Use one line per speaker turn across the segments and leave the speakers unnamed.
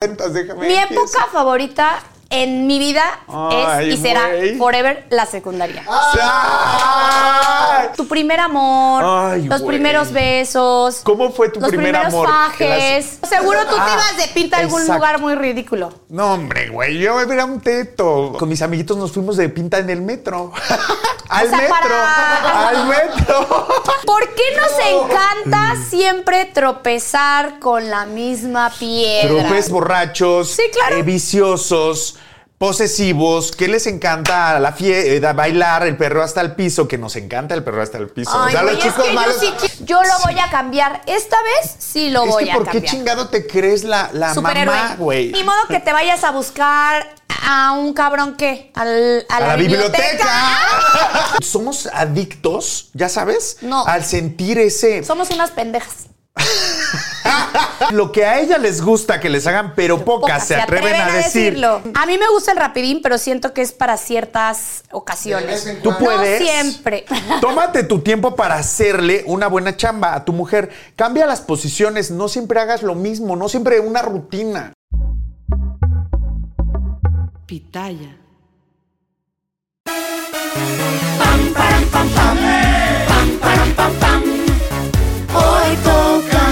Entonces, déjame
Mi
empiezo.
época favorita en mi vida
Ay,
es y será
güey. Ah.
forever la secundaria.
¡Ay!
Tu primer amor,
Ay,
los
güey.
primeros besos.
¿Cómo fue tu
los
primer
primeros
amor?
fajes. Seguro tú te
Ah,
ibas de pinta a algún
exacto.
lugar muy ridículo.
No, hombre, güey, yo era un teto. Con mis amiguitos nos fuimos de pinta en el metro. al
O sea,
metro,
para-
al metro.
¿Por qué nos encanta
Mm.
siempre tropezar con la misma piedra?
Tropes pues borrachos,
Sí, claro.
eh, viciosos, posesivos, que les encanta a la fiesta, bailar el perro hasta el piso, que nos encanta el perro hasta el piso.
Ay,
o sea,
güey,
los
es
chicos
que yo,
malos.
sí qui- yo lo voy a cambiar. Esta vez sí lo
es
voy
que
a
¿por qué
cambiar.
chingado te crees la, la
Superhéroe.
mamá, güey?
Ni modo que te vayas a buscar a un cabrón que al, a,
a la
¡Ah!
biblioteca. Somos adictos, ya sabes,
No.
al sentir ese
Somos unas pendejas.
lo que a ella les gusta que les hagan, pero pocas,
Pocas
se atreven, a, decir.
decirlo. A mí me gusta el rapidín, pero siento que es para ciertas ocasiones.
Tú puedes.
No siempre.
Tómate tu tiempo para hacerle una buena chamba a tu mujer. Cambia las posiciones, no siempre hagas lo mismo, no siempre una rutina.
Pitaya.
Hoy toca,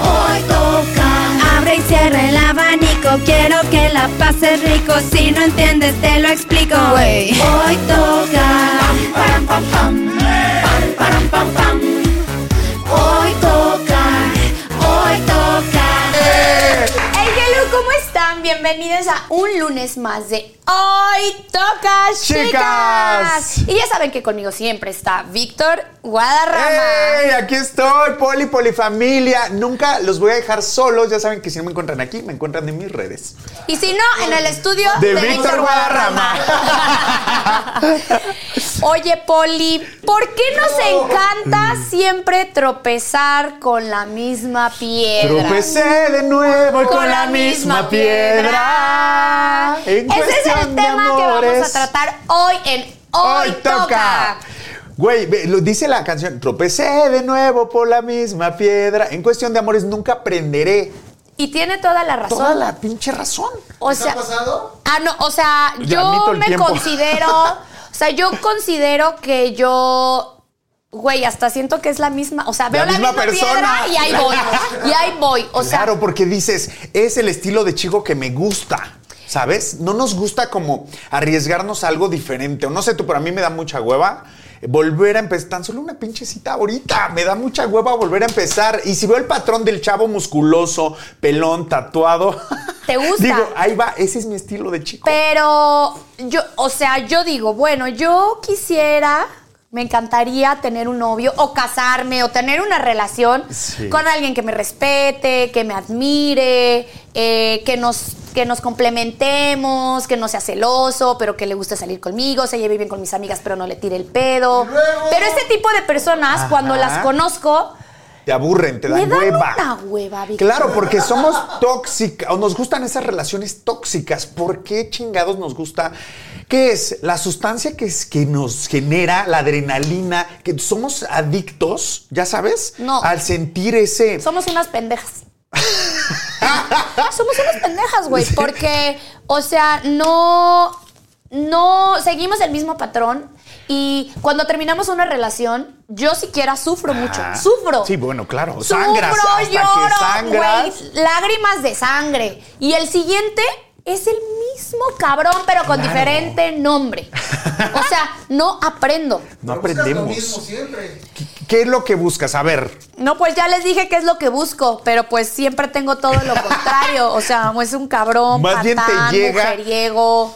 hoy toca. Abre y cierra el abanico, quiero que la pases rico. Si no entiendes, te lo explico. Hoy toca. Pam, param, pam, pam. Hoy toca, hoy toca.
¡Eh! Hey, hello, ¿cómo están? Bienvenidos a un lunes más de Hoy Toca
Chicas.
Chicas. Y ya saben que conmigo siempre está Víctor Guadarrama.
¡Ey! Aquí estoy, Poli, Polifamilia. Nunca los voy a dejar solos. Ya saben que si no me encuentran aquí, me encuentran en mis redes.
Y si no, en el estudio
De Víctor Guadarrama.
Oye, Poli, ¿por qué nos encanta siempre tropezar con la misma piedra?
Tropecé de nuevo con, la misma piedra. En
Ese es el
cuestión de
tema que vamos
amores.
a tratar hoy en Hoy, toca.
Güey, ve, lo dice la canción, tropecé de nuevo por la misma piedra. En cuestión de amores nunca aprenderé
Y tiene toda la razón.
toda la pinche razón.
O sea, Ah, no, o sea,
Ya admito
yo
el
me
tiempo.
considero, o sea, yo considero que yo, güey, hasta siento que es la misma, o sea, veo la,
misma
misma,
persona.
piedra y ahí voy, y ahí voy, o sea,
claro, porque dices, es el estilo de chico que me gusta. ¿Sabes? No nos gusta como arriesgarnos a algo diferente. O no sé tú, pero a mí me da mucha hueva volver a empezar. Tan solo una pinche cita ahorita. Me da mucha hueva volver a empezar. Y si veo el patrón del chavo musculoso, pelón, tatuado.
¿Te gusta?
Digo, ahí va, ese es mi estilo de chico.
pero yo, o sea, yo digo, bueno, yo quisiera, me encantaría tener un novio o casarme o tener una relación
Sí.
con alguien que me respete, que me admire, eh, que nos que nos complementemos, que no sea celoso, pero que le guste salir conmigo, se lleve bien con mis amigas, pero no le tire el pedo. Pero este tipo de personas,
Ajá.
cuando las conozco,
Te aburren, te dan
me dan
hueva.
una hueva, Vicky.
Claro, porque somos tóxicas, o nos gustan esas relaciones tóxicas. ¿Por qué chingados nos gusta? ¿Qué es? La sustancia que, es, que nos genera, la adrenalina, que somos adictos, ya sabes,
No.
al sentir ese...
Somos unas pendejas. Somos unas pendejas, güey, porque, o sea, no, no, seguimos el mismo patrón Y cuando terminamos una relación, yo siquiera sufro mucho.
Ah.
Sufro.
Sí, bueno, claro.
Sufro,
Sangras. Hasta que
lloro,
sangras.
güey, lágrimas de sangre. Y el siguiente es el mismo cabrón, pero con
Claro.
diferente nombre. O sea, no aprendo.
No
Pero buscas
aprendemos.
Lo mismo siempre.
¿Qué es lo que buscas? A ver,
No, pues ya les dije qué es lo que busco, pero pues siempre tengo todo lo contrario. O sea, es un cabrón,
Más bien te
patán,
llega-
mujeriego.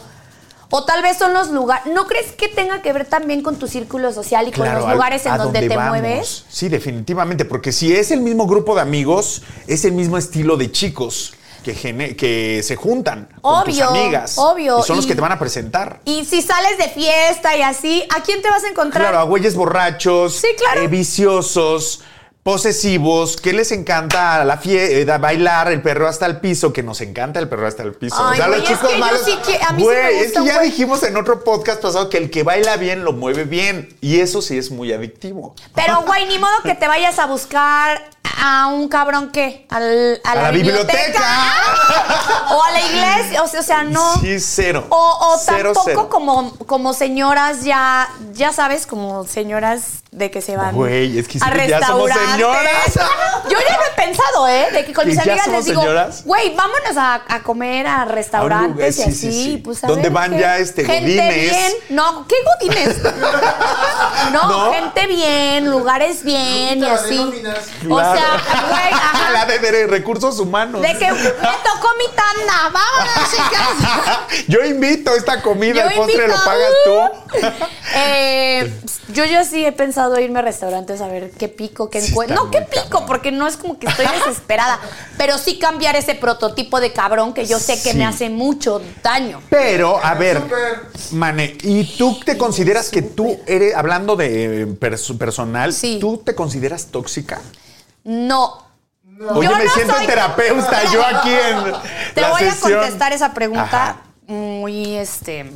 O tal vez son los lugares. ¿No crees que tenga que ver también con tu círculo social y con los
al-
lugares en
a
donde,
dónde
te
vamos.
mueves?
Sí, definitivamente, porque si es el mismo grupo de amigos, es el mismo estilo de chicos que, gene- que se juntan con tus
Obvio,
amigas.
obvio,
Y son los
y-
que te van a presentar.
Y si sales de fiesta y así, ¿a quién te vas a encontrar?
Claro, a güeyes borrachos,
Sí, claro.
eh, viciosos, posesivos, que les encanta la fiesta, bailar el perro hasta el piso, que nos encanta el perro hasta el piso.
Ay, güey, es que yo sí que- a mí sí me
Güey, es
gusta
que
un
ya
güey.
dijimos en otro podcast pasado que el que baila bien lo mueve bien. Y eso sí es muy adictivo.
Pero, güey, ni modo que te vayas a buscar a un cabrón que al, a,
la biblioteca.
o a la iglesia. O sea, o sea, no.
Sí, cero.
O, o
Cero,
tampoco
cero.
Como, como señoras ya, ya sabes, como señoras de que se van
Güey, es que
a
sí, ya somos
restaurantes.
señoras.
Yo ya lo he pensado, ¿eh? De que con
¿Que
mis
ya
amigas
somos
les digo,
señoras?
güey, vámonos a, a comer a
A un lugar-
restaurantes y
sí,
así.
sí, sí.
Pues, a
Donde
ver
van
qué-
ya este
gente
godines.
bien. No, ¿qué godines? no,
¿No?
gente bien, lugares bien y
Nunca la
así.
denominas.
O
Claro.
sea, güey, ajá.
La de, de recursos humanos.
De que me tocó mi tanda, vámonos, chicas.
Yo invito esta comida,
Yo
el postre
invito,
lo pagas
uh.
tú.
Eh, yo ya sí he pensado irme a restaurantes a ver qué pico, qué
Sí
encuentro.
está
No, qué
muy
pico, porque no es como que estoy desesperada. pero sí cambiar ese prototipo de cabrón que yo sé que
Sí.
me hace mucho daño.
Pero, a ver,
súper.
Mane, ¿y tú te consideras que tú eres, hablando de eh, perso- personal,
Sí.
tú te consideras tóxica?
No.
Oye,
Yo
me
no
siento
soy-
terapeuta,
Mira,
yo aquí en
Te
la
voy
sesión.
a contestar esa pregunta
Ajá.
muy, este,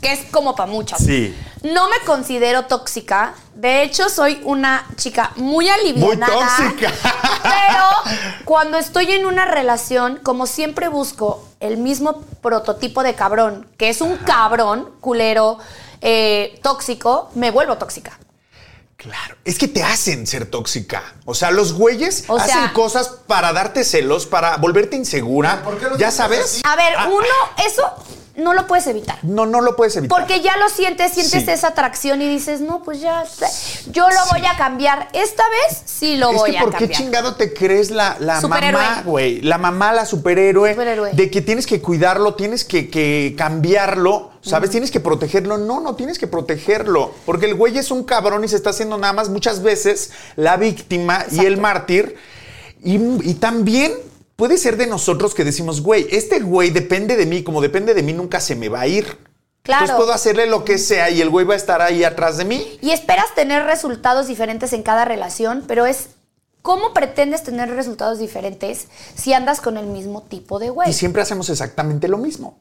que es como para muchas.
Sí.
No me considero tóxica. De hecho, soy una chica muy alivianada.
tóxica.
Pero cuando estoy en una relación, como siempre busco el mismo prototipo de cabrón, que es un cabrón culero, eh, tóxico, me vuelvo tóxica.
Claro, es que te hacen ser tóxica. O sea, los güeyes
O
hacen
sea-
cosas para darte celos, para volverte insegura.
¿Por qué lo
ya
sientes
sabes. Ah,
así?
A ver, uno, eso no lo puedes evitar.
No, no lo puedes evitar.
Porque ya lo sientes, sientes
Sí.
esa atracción y dices, no, pues ya, sé, yo lo voy a cambiar. Esta vez sí lo
es
voy
que
a
¿por qué
cambiar.
chingado te crees la, la
Superhéroe.
mamá, güey? La mamá, la superhéroe,
Superhéroe.
De que tienes que cuidarlo, tienes que, que cambiarlo, ¿sabes? Tienes que protegerlo. No, no tienes que protegerlo. Porque el güey es un cabrón y se está haciendo nada más muchas veces la víctima y el mártir. Y, y también puede ser de nosotros que decimos, güey, este güey depende de mí, como depende de mí, nunca se me va a ir.
Claro.
Entonces puedo hacerle lo que sea y el güey va a estar ahí atrás de mí.
Y esperas tener resultados diferentes en cada relación, pero es cómo pretendes tener resultados diferentes si andas con el mismo tipo de güey.
Y siempre hacemos exactamente lo mismo.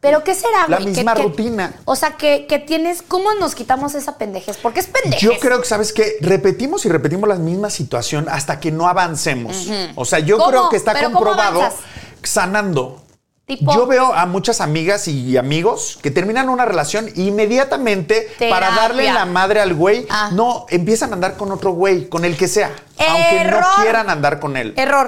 Pero ¿qué será,
La
güey?
misma rutina.
o sea, que, que tienes, ¿cómo nos quitamos esa pendejez? Porque es pendejez.
Yo creo que, ¿sabes qué? Repetimos y repetimos la misma situación hasta que no avancemos. O sea, yo
¿Cómo?
creo que está
¿Pero cómo
comprobado
avanzas?
sanando.
Tipo-
Yo veo a muchas amigas y amigos que terminan una relación e inmediatamente para
Terapia.
darle la madre al güey,
Ah.
no, empiezan a andar con otro güey, con el que sea, aunque no
Error.
quieran andar con él.
Error.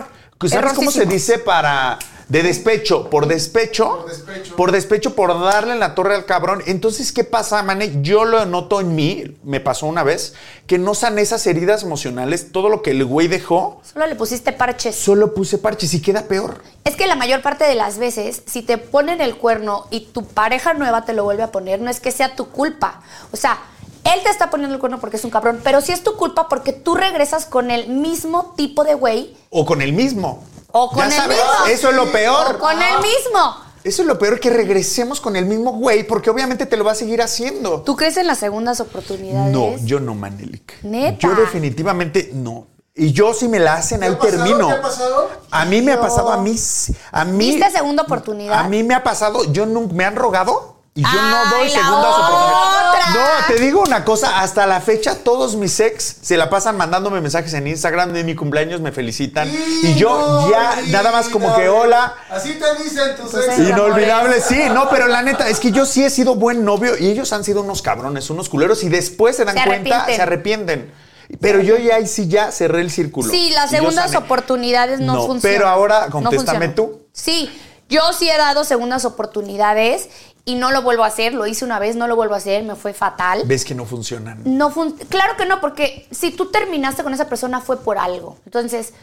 ¿Sabes cómo se
Errorcísimo.
dice para de despecho? Por despecho.
Por despecho.
Por despecho, por darle en la torre al cabrón. Entonces, ¿qué pasa, Mane? Yo lo noto en mí, me pasó una vez, que no sané esas heridas emocionales, todo lo que el güey dejó,
Solo le pusiste parches.
solo puse parches y queda peor.
Es que la mayor parte de las veces, si te ponen el cuerno y tu pareja nueva te lo vuelve a poner, no es que sea tu culpa. O sea, él te está poniendo el cuerno porque es un cabrón, pero sí es tu culpa porque tú regresas con el mismo tipo de güey
O con el mismo.
o con
Ya
el
sabes,
mismo.
Eso es lo peor.
O con el mismo.
Eso es lo peor, que regresemos con el mismo güey, porque obviamente te lo va a seguir haciendo.
¿Tú crees en las segundas oportunidades?
No, yo no, Manelik.
¿Neta?
Yo definitivamente no. Y yo si me la hacen,
¿Te
ahí
ha pasado?
termino.
¿Te ha pasado?
A mí me ha
No.
pasado, a mí, s- a mí.
¿Viste segunda oportunidad?
A mí me ha pasado, yo nunca, me han rogado y Y yo
Ah,
no doy
Ay, la
segundas oportunidades.
otra.
No, te digo una cosa, hasta la fecha todos mis ex se la pasan mandándome mensajes en Instagram de mi cumpleaños, me felicitan. Y yo ya nada más como que hola.
Así te dicen tus
Tus
exes.
exes.
Inolvidable, sí, no, pero la neta, es que yo sí he sido buen novio y ellos han sido unos cabrones, unos culeros y después se dan
Se
cuenta,
arrepienten.
se arrepienten. Pero yo ya ahí sí ya cerré el círculo.
Sí, las
Y yo
segundas
sané.
oportunidades no,
No,
funcionan.
pero ahora
No
contéstame
funcionan.
tú.
Sí, yo sí he dado segundas oportunidades y no lo vuelvo a hacer. Lo hice una vez, no lo vuelvo a hacer, me fue fatal.
Ves que no funcionan.
No fun- claro que no, porque si tú terminaste con esa persona fue por algo. Entonces,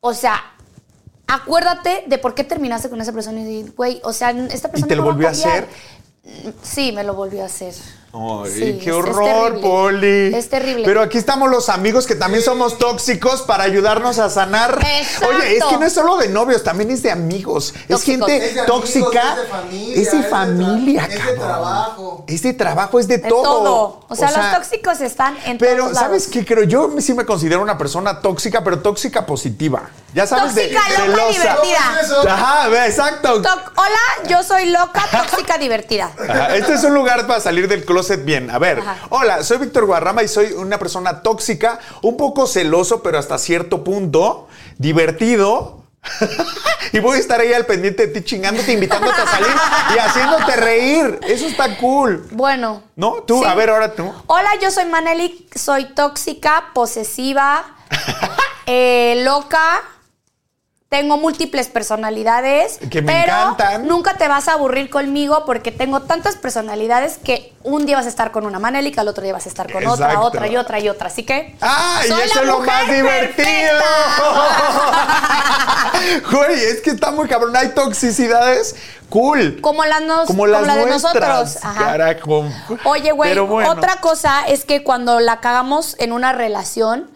o sea, acuérdate de por qué terminaste con esa persona y di, güey, o sea, esta persona
te lo
no va
volvió a
cambiar".
hacer?
Mm, Sí, me lo volvió a hacer.
Ay,
Sí, es-
qué
es
horror,
terrible.
Poli.
Es terrible.
Pero aquí estamos los amigos que también somos tóxicos para ayudarnos a sanar.
Exacto.
Oye, es que no es solo de novios, también es de amigos. Es
Tóxicos.
gente
Es de amigos,
tóxica.
es de familia,
es de
es de tra-
familia,
es de
cabrón.
trabajo.
Es de trabajo, es de,
De
todo.
todo. O sea, los tóxicos están en
Pero,
todos lados.
¿sabes qué creo? Yo sí me considero una persona tóxica, pero tóxica positiva. Ya sabes,
Tóxica,
de
loca y
celosa.
divertida.
Ajá, ve, exacto.
Toc- Hola, yo soy loca, tóxica, divertida.
Ajá, Este es un lugar para salir del closet bien. A ver,
Ajá.
hola, soy Víctor Guarrama y soy una persona tóxica, un poco celoso, pero hasta cierto punto divertido. y voy a estar ahí al pendiente de ti, chingándote, invitándote a salir y haciéndote reír. Eso está cool.
Bueno.
No, tú, a ver, ahora tú.
Hola, yo soy Manelik, soy tóxica, posesiva, eh, loca. Tengo múltiples personalidades.
Que me
pero
encantan.
Nunca te vas a aburrir conmigo porque tengo tantas personalidades que un día vas a estar con una Manelik, al otro día vas a estar con otra,
Exacto.
otra y otra y otra. Así que.
¡Ay,
soy
eso
la
es lo
mujer
más divertido!
perfecta.
Güey, es que está muy cabrón. Hay toxicidades. Cool.
Como las, nos-
Como
como
las
la de
nuestras,
nosotros. Ajá.
carajo.
Oye, güey,
Pero bueno.
otra cosa es que cuando la cagamos en una relación,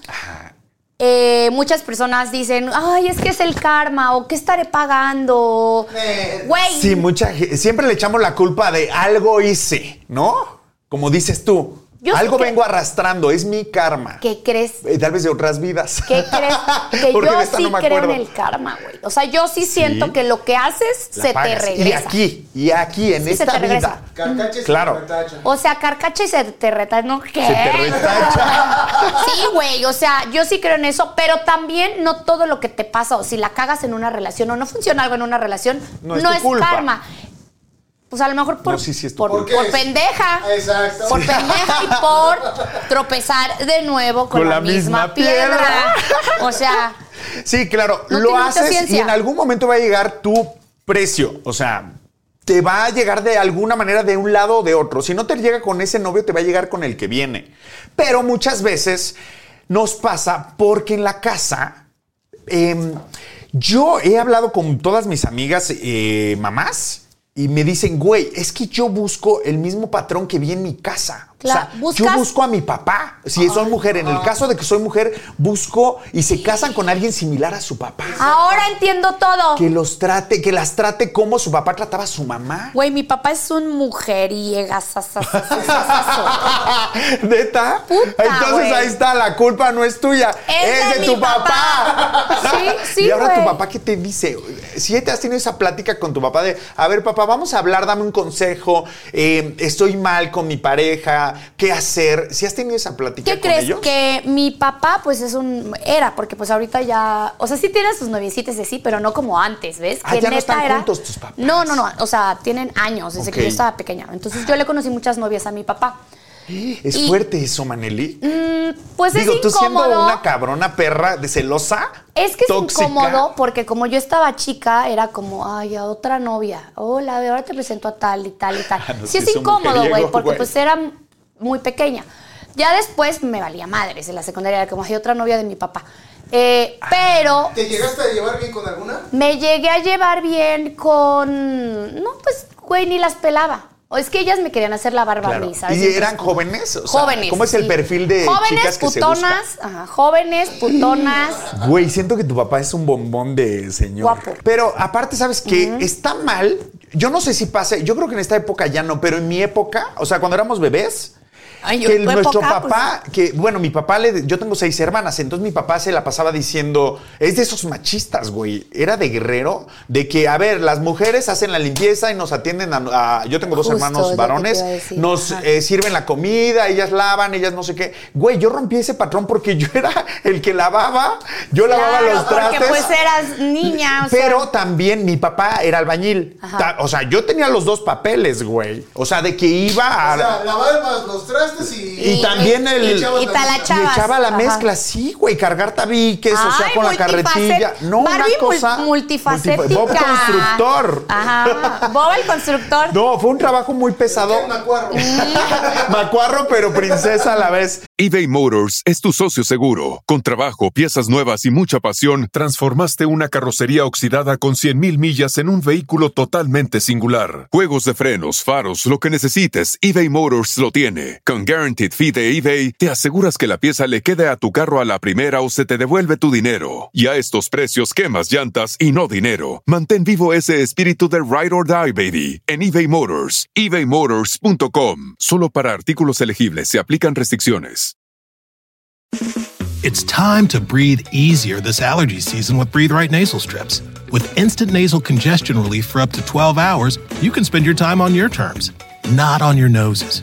eh, muchas personas dicen, ay, es que es el karma, o qué estaré pagando.
Eh,
Güey,
Sí, mucha ge- siempre le echamos la culpa de algo hice, ¿no? Como dices tú,
Yo
algo
sé que-
vengo arrastrando, es mi karma.
¿qué crees?
Eh, Tal vez de otras vidas.
¿Qué crees? Que
Porque
yo
de esta
sí
no me
creo en
acuerdo.
el karma, güey. O sea, yo sí siento que lo que haces
La
se
pagas.
te regresa.
Y aquí, y aquí, en
Sí, se
esta
te regresa.
vida.
Carcaches y
Claro.
carcacha.
O sea, carcacha y se te reta, ¿no? ¿Qué?
Se te retacha.
Sí, güey, o sea, yo sí creo en eso, pero también no todo lo que te pasa o si la cagas en una relación o no funciona algo en una relación,
No
no
es
es,
tu culpa.
karma. Pues a lo mejor por,
No, sí, sí es tu
por,
culpa.
por
Porque es-
pendeja.
Exacto.
Por pendeja y por tropezar de nuevo con, la, misma, piedra. O sea,
Sí, claro,
No
lo
tiene mucha
haces y
ciencia.
en algún momento va a llegar tu precio, o sea, te va a llegar de alguna manera de un lado o de otro. Si no te llega con ese novio, te va a llegar con el que viene. Pero muchas veces nos pasa porque en la casa em, yo he hablado con todas mis amigas eh, mamás y me dicen, güey, es que yo busco el mismo patrón que vi en mi casa.
Claro,
o sea, yo
buscas-
busco a mi papá. Si soy mujer, en el caso de que soy mujer, busco y se casan con alguien similar a su papá.
ahora entiendo todo.
Que los trate, que las trate como su papá trataba a su mamá.
Güey, mi papá es un mujeriega. sa, sa, sa, sa, sa, sa, sa.
¿Neta?
Puta,
Entonces
güey.
ahí está, la culpa no es tuya, es,
Es de
de,
mi
tu papá.
papá. Sí, sí,
Y ahora tu
güey.
papá, ¿qué te dice? Si ya te has tenido esa plática con tu papá de, a ver, papá, vamos a hablar, dame un consejo, eh, estoy mal con mi pareja, ¿qué hacer? Si has tenido esa plática
¿Qué
con
crees?
ellos?
Que mi papá, pues es un. Era, porque pues ahorita ya. O sea, sí tiene sus noviecitas y así, pero no como antes, ¿ves?
Ah,
que
ya no están juntos tus papás.
No, no, no. O sea, tienen años desde
Ok.
que yo estaba pequeña. Entonces yo le conocí muchas novias a mi papá.
Es
Y-
fuerte eso, Maneli.
Pues
Digo,
es
tú siendo
incómodo.
una cabrona perra de celosa.
Es que
tóxica,
es incómodo porque como yo estaba chica, era como, ay, a otra novia. Hola, ve, ahora te presento a tal y tal y tal.
Ah, No, sí,
sí,
es
es
un
incómodo,
mujeriego,
güey, porque
güey.
pues era m- muy pequeña. Ya después me valía madres en la secundaria, era como, hay otra novia de mi papá. Eh,
Ah,
pero
¿Te llegaste a llevar bien con alguna?
me llegué a llevar bien con... No, pues, güey, ni las pelaba. O es que ellas me querían hacer la barba a
claro.
mí, ¿sabes?
¿Y
Entonces,
eran jóvenes? O sea,
jóvenes.
¿Cómo es el
sí.
perfil de
jóvenes,
chicas que
putonas,
se
ajá, jóvenes, putonas.
busca? Güey, siento que tu papá es un bombón de señor.
Guapo.
Pero aparte, ¿sabes qué? Está mal. Yo no sé si pase. Yo creo que en esta época ya no, pero en mi época, o sea, cuando éramos bebés,
Ay,
que el-
fue
nuestro
poca, pues.
papá, que bueno, mi papá, le, yo tengo seis hermanas, entonces mi papá se la pasaba diciendo, es de esos machistas, güey, era de guerrero, de que, a ver, las mujeres hacen la limpieza y nos atienden a, a- yo tengo dos
Justo, es lo
hermanos
que
varones,
te iba a decir.
nos
Ajá.
eh, sirven la comida, ellas lavan, ellas no sé qué. Güey, yo rompí ese patrón porque yo era el que lavaba, yo lavaba
Claro,
los trastes.
Porque pues eras niña, o sea,
Pero también mi papá era albañil.
Ajá.
Ta- O sea, yo tenía los dos papeles, güey. O sea, de que iba a.
O sea, lavar más los trastes y.
y,
y-
también el.
y echaba
y
la-
y
talachabas.
echaba la
Ajá.
mezcla, sí, güey, cargar tabiques, o sea,
Ay,
con la
multifacet-
carretilla. No,
Barbie
una cosa.
mul- multifacética.
multifa- Bob constructor.
Ajá. Bob el constructor.
No, fue un trabajo muy pesado.
Un acuarro.
Macuarro, pero princesa a la vez.
eBay Motors es tu socio seguro. Con trabajo, piezas nuevas y mucha pasión, transformaste una carrocería oxidada con 100.000 millas en un vehículo totalmente singular. Juegos de frenos, faros, lo que necesites, eBay Motors lo tiene. Con Guaranteed Fee de eBay, te aseguras que la pieza le quede a tu carro a la primera o se te devuelve tu dinero. Y a estos precios, quemas llantas y no dinero. Mantén vivo ese espíritu de Ride or Die, baby, en eBay Motors, ebaymotors.com. Solo para artículos elegibles se aplican restricciones.
It's time to breathe easier this allergy season with Breathe Right Nasal Strips. With instant nasal congestion relief for up to 12 hours, you can spend your time on your terms, not on your noses.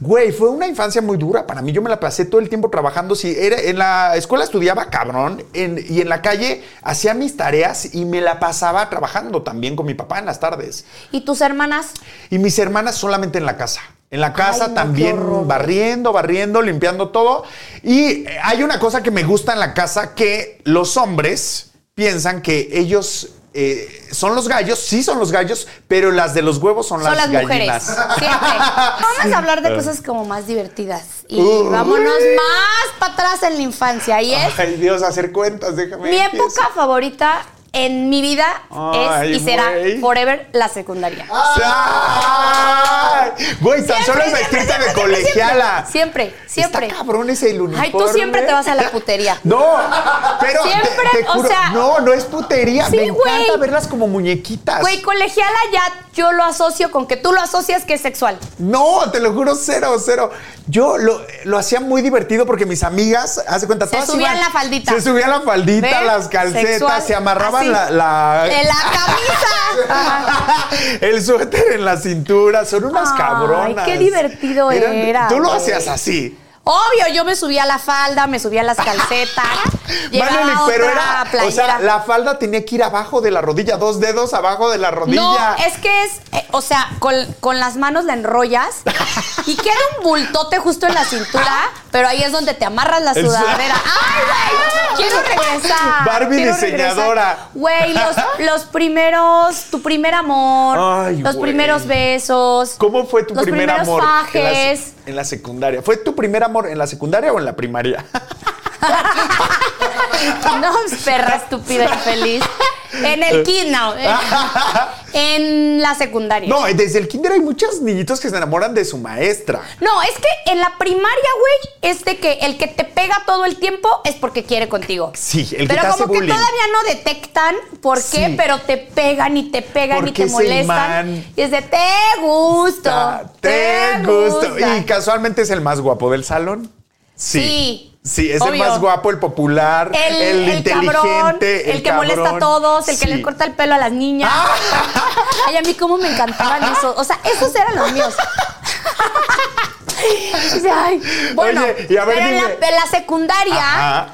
Güey, fue una infancia muy dura para mí. Yo me la pasé todo el tiempo trabajando. Si era, en la escuela estudiaba cabrón en- y en la calle hacía mis tareas y me la pasaba trabajando también con mi papá en las tardes.
¿Y tus hermanas?
Y mis hermanas solamente en la casa. En la casa
Ay, no, qué horror.
también barriendo, barriendo, limpiando todo. Y eh, hay una cosa que me gusta en la casa, que los hombres piensan que ellos eh, son los gallos, sí son los gallos, pero las de los huevos son,
Son las mujeres.
gallinas.
Siempre. Vamos a hablar de cosas como más divertidas. Y
Uy.
vámonos más para atrás en la infancia. Y es
Ay, Dios, hacer cuentas, déjame.
mi
empiezo.
época favorita en mi vida
Ay,
es y será
güey.
forever la secundaria.
¡Ay! Güey, tan solo es
Siempre,
vestirte
siempre,
de
siempre, siempre,
colegiala.
Siempre, siempre.
Está cabrón ese uniforme.
Ay, tú siempre te vas a la putería.
No, pero te-
Siempre,
te,
o
juro,
sea-
no, no es putería.
Sí,
Me encanta
güey.
verlas como muñequitas.
Güey, colegiala ya yo lo asocio con que tú lo asocias que es sexual.
No, te lo juro, cero, cero. Yo lo, lo hacía muy divertido porque mis amigas, hace cuenta,
Se
todas
subían
iban-
la faldita.
Se subían la faldita,
¿Ves?
las calcetas,
Sexual,
se amarraban
así.
la... la-
En la camisa.
el suéter en la cintura, son unas
Ay,
cabronas.
qué divertido
Eran-
era,
Tú lo
güey.
hacías así.
Obvio, yo me subía a la falda, me subía a las calcetas. llevaba
Manoli,
otra
pero era, o sea,
playera.
la falda tenía que ir abajo de la rodilla, dos dedos abajo de la rodilla.
no, es que es, eh, o sea, con, con las manos la enrollas y queda un bultote justo en la cintura, pero ahí es donde te amarras la
El su-
sudadera. ¡Ay, güey! Quiero regresar.
Barbie
quiero
diseñadora.
regresar. Güey, los, los primeros, tu primer amor,
Ay,
los
güey.
primeros besos.
¿Cómo fue tu
los
primer
primeros
amor? En la se-
fajes.
En la, secundaria. ¿Fue tu primer amor en la secundaria o en la primaria?
No, perra estúpida y feliz. En el kid, no. En la secundaria.
No, desde el kinder hay muchos niñitos que se enamoran de su maestra.
No, es que en la primaria, güey, es de que el que te pega todo el tiempo es porque quiere contigo.
Sí, el que
Pero
te hace
como que
bullying.
todavía no detectan por qué,
Sí.
pero te pegan y te pegan y
Porque
te
es el
molestan.
man.
Y es de te gusto.
Ah, Te gusto.
gusta".
Y casualmente es el más guapo del salón.
Sí,
Sí. Sí, es el
obvio.
más guapo, el popular, el,
el, el
inteligente,
cabrón, el,
el
que molesta a
cabrón.
todos, el que
Sí. Ah.
le corta el pelo a las niñas. Ay, a mí cómo me encantaban esos. O sea, esos eran los míos. O sea, ay, bueno,
Oye, y a ver,
pero en la,
dime.
en la secundaria
Ajá.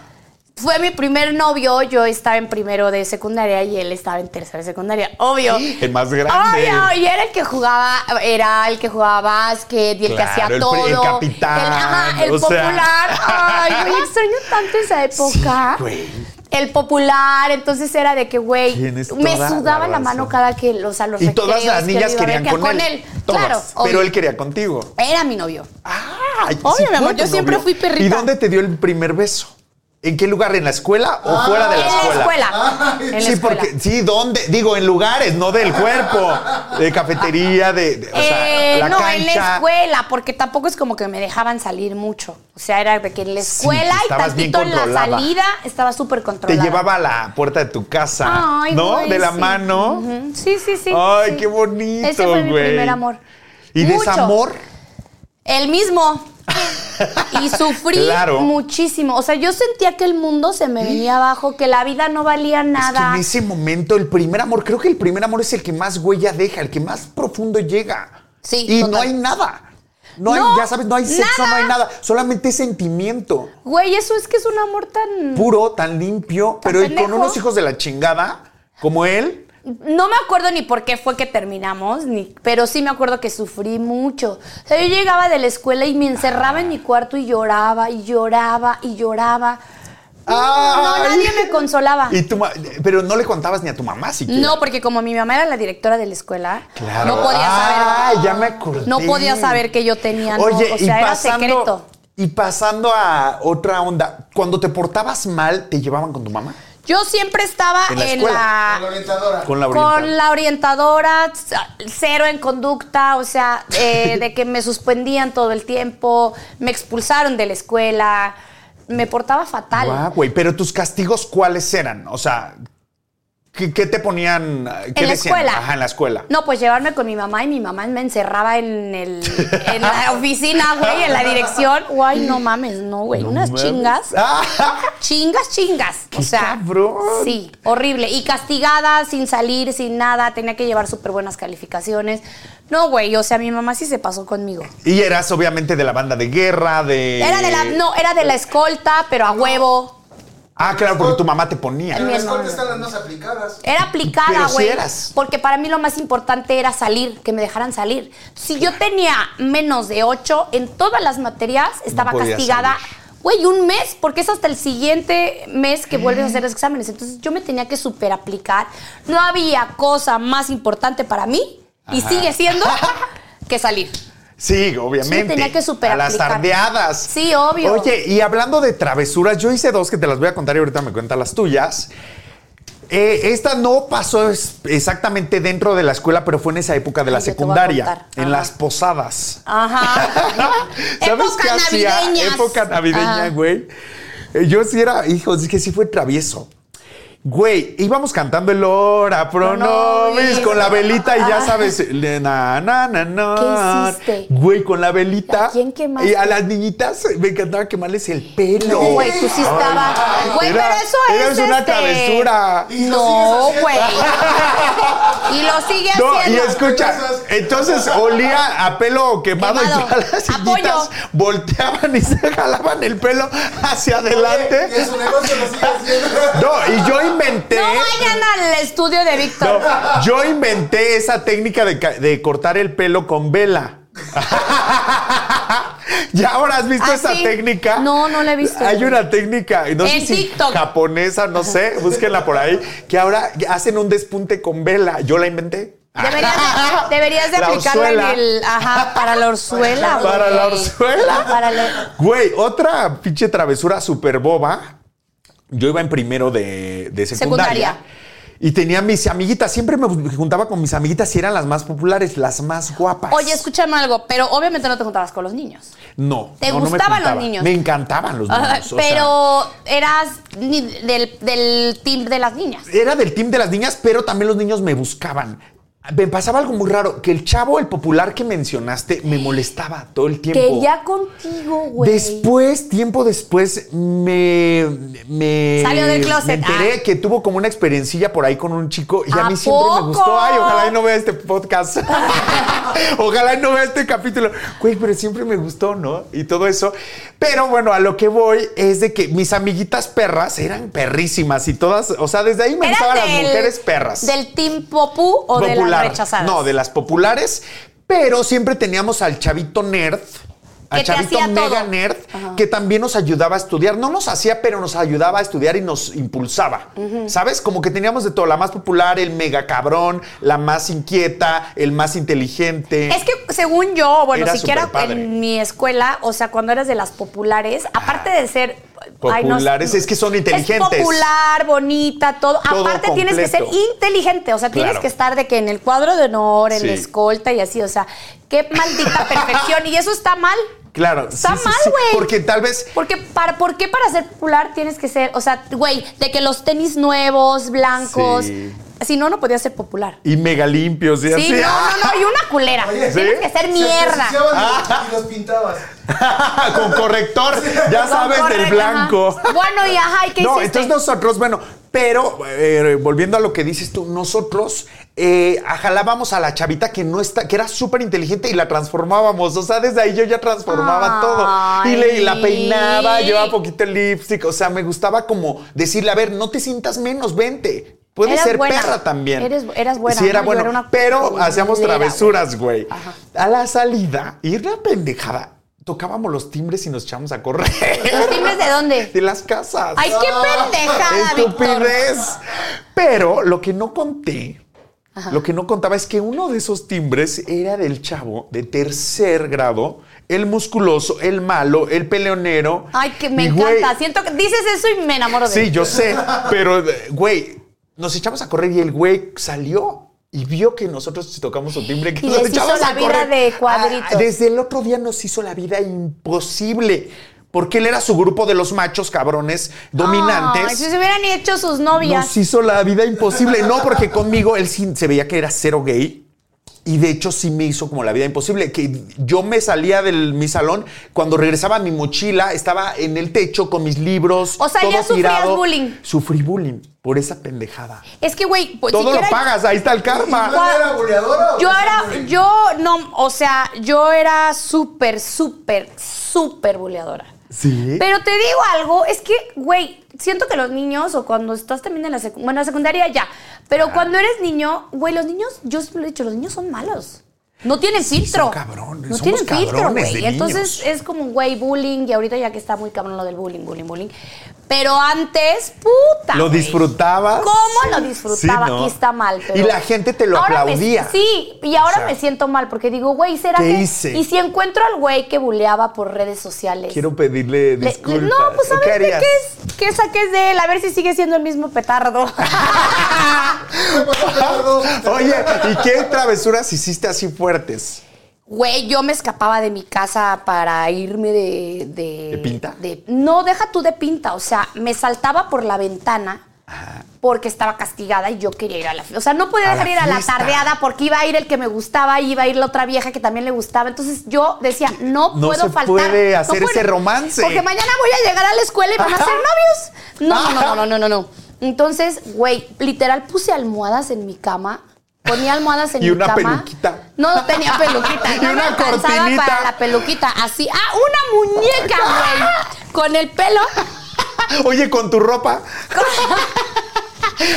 fue mi primer novio. Yo estaba en primero de secundaria y él estaba en tercero de secundaria, obvio.
El más grande.
Obvio, y era el que jugaba, era el que jugaba básquet y el que
Claro,
hacía
el pri- el
todo.
capitán,
El, ajá, el
o sea.
popular. Ay, güey, extraño tanto esa época.
Sí, güey.
El popular, entonces era de que, güey,
Tienes
me
toda
sudaba
la
la
razón.
mano cada que los a los
Y todas
recreos
las
que
niñas
yo iba a ver
querían
que-
con, él. Todas.
Claro,
Pero
obvio.
él quería contigo.
era mi novio.
Ah,
Obvio, mi
fue
amor,
tu
yo siempre fui perrita.
¿Y dónde te dio el primer beso? ¿En qué lugar? ¿En la escuela o fuera de la
Ah, en la
escuela?
escuela. En la
sí,
escuela.
porque, sí, ¿dónde? Digo, en lugares, no del cuerpo, de cafetería, de, de- o sea,
Eh,
la
no,
cancha.
en la escuela, porque tampoco es como que me dejaban salir mucho. O sea, era de que en la
Sí,
escuela y
estabas bien
tantito en la
controlada.
salida estaba súper
Te
controlada.
llevaba a la puerta de tu casa,
Ay,
¿no?
güey,
de la
sí.
mano.
Ujú. Sí, sí, sí.
Ay,
sí.
qué bonito,
Ese fue mi
güey.
primer amor.
¿Y
Mucho.
desamor?
El mismo. Y sufrí
Claro.
muchísimo. O sea, yo sentía que el mundo se me venía abajo, que la vida no valía
Es que
nada.
en ese momento, el primer amor, creo que el primer amor es el que más huella deja, el que más profundo llega.
Sí,
Y no
total.
hay nada. No, hay,
No,
ya sabes, no hay sexo,
nada.
no hay nada. Solamente sentimiento.
Güey, eso es que es un amor tan.
puro, tan limpio, pero
pendejo.
con unos hijos de la chingada como él.
No me acuerdo ni por qué fue que terminamos, ni, pero sí me acuerdo que sufrí mucho. O sea, yo llegaba de la escuela y me encerraba en mi cuarto y lloraba y lloraba y lloraba. No, no,
¡Ay!
nadie me consolaba.
Y tu ma- pero no le contabas ni a tu mamá siquiera.
No, porque como mi mamá era la directora de la escuela,
Claro.
no podía saber.
Ah, ya me acordé.
No podía saber que yo tenía. no,
Oye,
o sea,
y
era
pasando,
secreto.
Y pasando a otra onda, cuando te portabas mal, ¿te llevaban con tu mamá?
Yo siempre estaba
En la
en
escuela.
la,
Con la orientadora.
Con la orientadora.
Con la orientadora, c- cero en conducta, o sea, eh, de que me suspendían todo el tiempo, me expulsaron de la escuela, me portaba fatal.
Guau, Ah, güey, pero tus castigos, ¿cuáles eran? O sea, ¿qué, qué te ponían? ¿Qué
en
decían?
la escuela.
Ajá, en la escuela.
No, pues llevarme con mi mamá y mi mamá me encerraba en, el, en la oficina, güey, en la dirección. Guay, no mames, no, güey. unas
mames.
chingas.
Ah.
Chingas, chingas. o sea,
cabrón.
sí, horrible. Y castigada, sin salir, sin nada. Tenía que llevar súper buenas calificaciones. No, güey, o sea, mi mamá sí se pasó conmigo.
Y eras obviamente de la banda de guerra, de.
Era de la, no, era
eh,
de la escolta, pero a huevo.
Ah, claro, porque tu mamá te ponía.
En
Mi
la
hermano.
escolta están las más aplicadas.
Era
Pero
aplicada,
sí
güey.
eras.
porque para mí lo más importante era salir, que me dejaran salir. Si yo tenía menos de 8 en todas las materias, estaba
podía
castigada.
salir.
Güey, un mes, porque es hasta el siguiente mes que vuelves a
Mm.
hacer los exámenes. Entonces yo me tenía que super aplicar. No había cosa más importante para mí y sigue siendo que salir.
Sí, obviamente.
Sí, tenía
A
que
las
superaplicar.
tardeadas.
Sí, obvio.
Oye, y hablando de travesuras, yo hice dos que te las voy a contar y ahorita me cuentan las tuyas. Eh, esta no pasó es- exactamente dentro de la escuela, pero fue en esa época de la
Ay, yo te voy a
secundaria,
contar.
en
Ajá.
las posadas.
Ajá.
¿Sabes
Época
qué hacía?
navideñas.
Época navideña,
Ajá.
güey. Eh, Yo sí era, hijo, es que sí fue travieso. Güey, íbamos cantando el hora pro nobis
Nobis.
con la velita y ya
Ah.
sabes, le- na, na, na, na.
¿Qué hiciste?
Güey, con la velita.
¿A quién quemaste?
Y a las niñitas me encantaba quemarles el pelo.
No, güey, tú sí estabas. Güey,
Era-
pero eso
eres
es.
una
este-
travesura.
Y lo
No,
sigues
güey.
haciendo.
Y lo sigue
No, y
haciendo.
escucha, entonces olía a pelo quemado,
Quemado.
y todas las
Apoyo.
niñitas volteaban y se jalaban el pelo hacia adelante.
Y en su negocio lo sigue haciendo.
No, y yo inventé.
No vayan al estudio de Víctor.
No, yo inventé esa técnica de, ca- de cortar el pelo con vela. ¿Ya ahora has visto
¿Ah,
esa
sí?
técnica?
No, no la he visto.
Hay una técnica, no sé
En
si
TikTok.
japonesa, no sé, búsquenla por ahí, que ahora hacen un despunte con vela. Yo la inventé.
Deberías de, deberías de
La
aplicarlo
orzuela.
en el. Ajá, para la orzuela, güey.
Para la orzuela.
Para la-
Güey, otra pinche travesura super boba. Yo iba en primero de, de secundaria.
Secundaria.
Y tenía mis amiguitas, siempre me juntaba con mis amiguitas y eran las más populares, las más guapas.
Oye, escúchame algo, pero obviamente no te juntabas con los niños.
No.
¿Te
no, no me
gustaban los
juntaba.
niños?
Me encantaban los niños.
Ah,
o sea,
pero eras ni- del, del team de las niñas.
era del team de las niñas, pero también los niños me buscaban. Me pasaba algo muy raro, que el chavo, el popular que mencionaste, me molestaba todo el tiempo.
Que ya contigo, güey.
Después, tiempo después, me, me-
Salió del
Me
closet,
enteré
ah.
que tuvo como una experiencia por ahí con un chico y a,
¿A
mí siempre me
poco?
gustó. Ay, ojalá y no vea este podcast. ojalá y no vea este capítulo. Güey, pero siempre me gustó, ¿no? Y todo eso. Pero bueno, a lo que voy es de que mis amiguitas perras eran perrísimas y todas, o sea, desde ahí me
¿Eras
gustaban las
del-
mujeres perras
¿Del team popú o de las
popular.
rechazadas?
No, de las populares, pero siempre teníamos al chavito nerd. Al
Que te
chavito
hacía
mega
todo.
nerd que también nos ayudaba a estudiar. No nos hacía, pero nos ayudaba a estudiar y nos impulsaba. ¿Sabes? Como que teníamos de todo. La más popular, el mega cabrón, la más inquieta, el más inteligente.
Es que según yo, bueno,
Era
siquiera
superpadre. Ah.
en mi escuela, o sea, cuando eras de las populares, aparte de ser Ay, no sé.
Populares, es que son inteligentes.
Es popular, bonita, todo.
Todo
Aparte tienes que ser
completo.
inteligente, o sea, tienes
Claro.
que estar de que en el cuadro de honor, en la
Sí.
escolta y así, o sea, qué maldita perfección. Y eso está mal.
Claro.
Está
sí, sí,
mal,
sí,
güey.
Porque tal vez
Porque para, ¿Por qué para ser popular tienes que ser, o sea, güey, de que los tenis nuevos, blancos,
Sí.
si no, no podías ser popular.
y mega limpios y
Sí,
así.
no, no, no, y una culera.
Oye,
Tienes
¿sí?
que ser
Se
mierda.
ensuciaban
Ah.
y los pintabas.
Con corrector, ya
Con
sabes
corre-
del blanco.
ajá. Bueno, y ajá, ¿y qué
No,
hiciste?
entonces nosotros, bueno, pero eh, volviendo a lo que dices tú, nosotros eh, ajalábamos a la chavita que no está, que era súper inteligente y la transformábamos. O sea, desde ahí yo ya transformaba
Ay.
todo. Y, le, y la peinaba, llevaba poquito el lipstick. O sea, me gustaba como decirle, a ver, no te sientas menos, vente. Puedes
Eras
ser
buena.
perra también.
Eres- eras buena,
Sí, era
¿no? Yo
bueno.
era una
pero
culera,
hacíamos
güey.
travesuras, güey.
Ajá.
A la salida, y era una pendejada. Tocábamos los timbres y nos echamos a correr.
¿Los timbres de dónde?
De las casas.
Ay, qué pendejada, Víctor.
Estupidez. Pero lo que no conté, lo que no contaba es que uno de esos timbres era del chavo de tercer grado, el musculoso, el malo, el peleonero.
Ay, que me
Y, güey,
encanta. Siento que dices eso y me enamoro de
Sí,
él.
yo sé, pero eh, güey, nos echamos a correr y el güey salió. Y vio que nosotros tocamos su timbre que
Y
nos
les hizo
echamos
la
a
vida
correr.
de cuadritos.
Ah, desde el otro día nos hizo la vida imposible. Porque él era su grupo de los machos cabrones dominantes.
Ay, si se hubieran hecho sus novias.
Nos hizo la vida imposible. No, porque conmigo él sí se veía que era cero gay. Y de hecho sí me hizo como la vida imposible, que yo me salía de mi salón, cuando regresaba mi mochila, estaba en el techo con mis libros.
O sea,
todo
ya sufrías
tirado.
bullying.
Sufrí bullying por esa pendejada.
Es que, güey, pues,
todo
siquiera-
lo pagas, ahí está el karma.
Igual. era buleadora o
Yo
era
era,
bullying?
yo no, o sea, yo era súper, súper, súper buleadora.
Sí.
Pero te digo algo, es que, güey, siento que los niños, o cuando estás también en la secundaria, bueno, en la secundaria ya, pero
Ah.
cuando eres niño, güey, los niños, yo siempre lo he dicho, los niños son malos. No tienen filtro.
son cabrones,
No
somos
tienen filtro,
cabrones de
güey. Entonces
niños.
es como, güey, bullying, y ahorita ya que está muy cabrón lo del bullying, bullying, bullying. Pero antes, puta.
Lo
güey.
disfrutabas.
¿Cómo lo
Sí,
disfrutaba?
¿no?
Aquí está mal. pero-
Y la gente te lo
Ahora me-
aplaudía.
sí, y ahora
O sea,
me siento mal porque digo, güey, ¿será
¿qué
que.?
hice?
Y si encuentro al güey que buleaba por redes sociales.
Quiero pedirle
Le-
disculpas.
No, pues a
¿Qué
ver de
harías?
qué, es, qué saques de él, a ver si sigue siendo el mismo petardo.
Oye, ¿y qué travesuras hiciste así fuertes?
Güey, yo me escapaba de mi casa para irme de. ¿De,
¿De pinta?
de- no, deja tú de pinta. O sea, me saltaba por la ventana porque estaba castigada y yo quería ir a la. O sea, no podía
A
dejar
la
ir a la
fiesta.
tardeada porque iba a ir el que me gustaba y iba a ir la otra vieja que también le gustaba. Entonces yo decía, no,
No
puedo
se
faltar.
puede hacer
puedo-
ese romance.
Porque mañana voy a llegar a la escuela y van a ser novios. No, no, no, no, no, no. no. Entonces, güey, literal puse almohadas en mi cama. Ponía almohadas en
Y
mi
una
cama.
peluquita.
No, no tenía peluquita.
Y
No me
una
alcanzaba
cortinita.
para la peluquita. Así. Ah, una muñeca, güey. Con el pelo.
Oye, con tu ropa.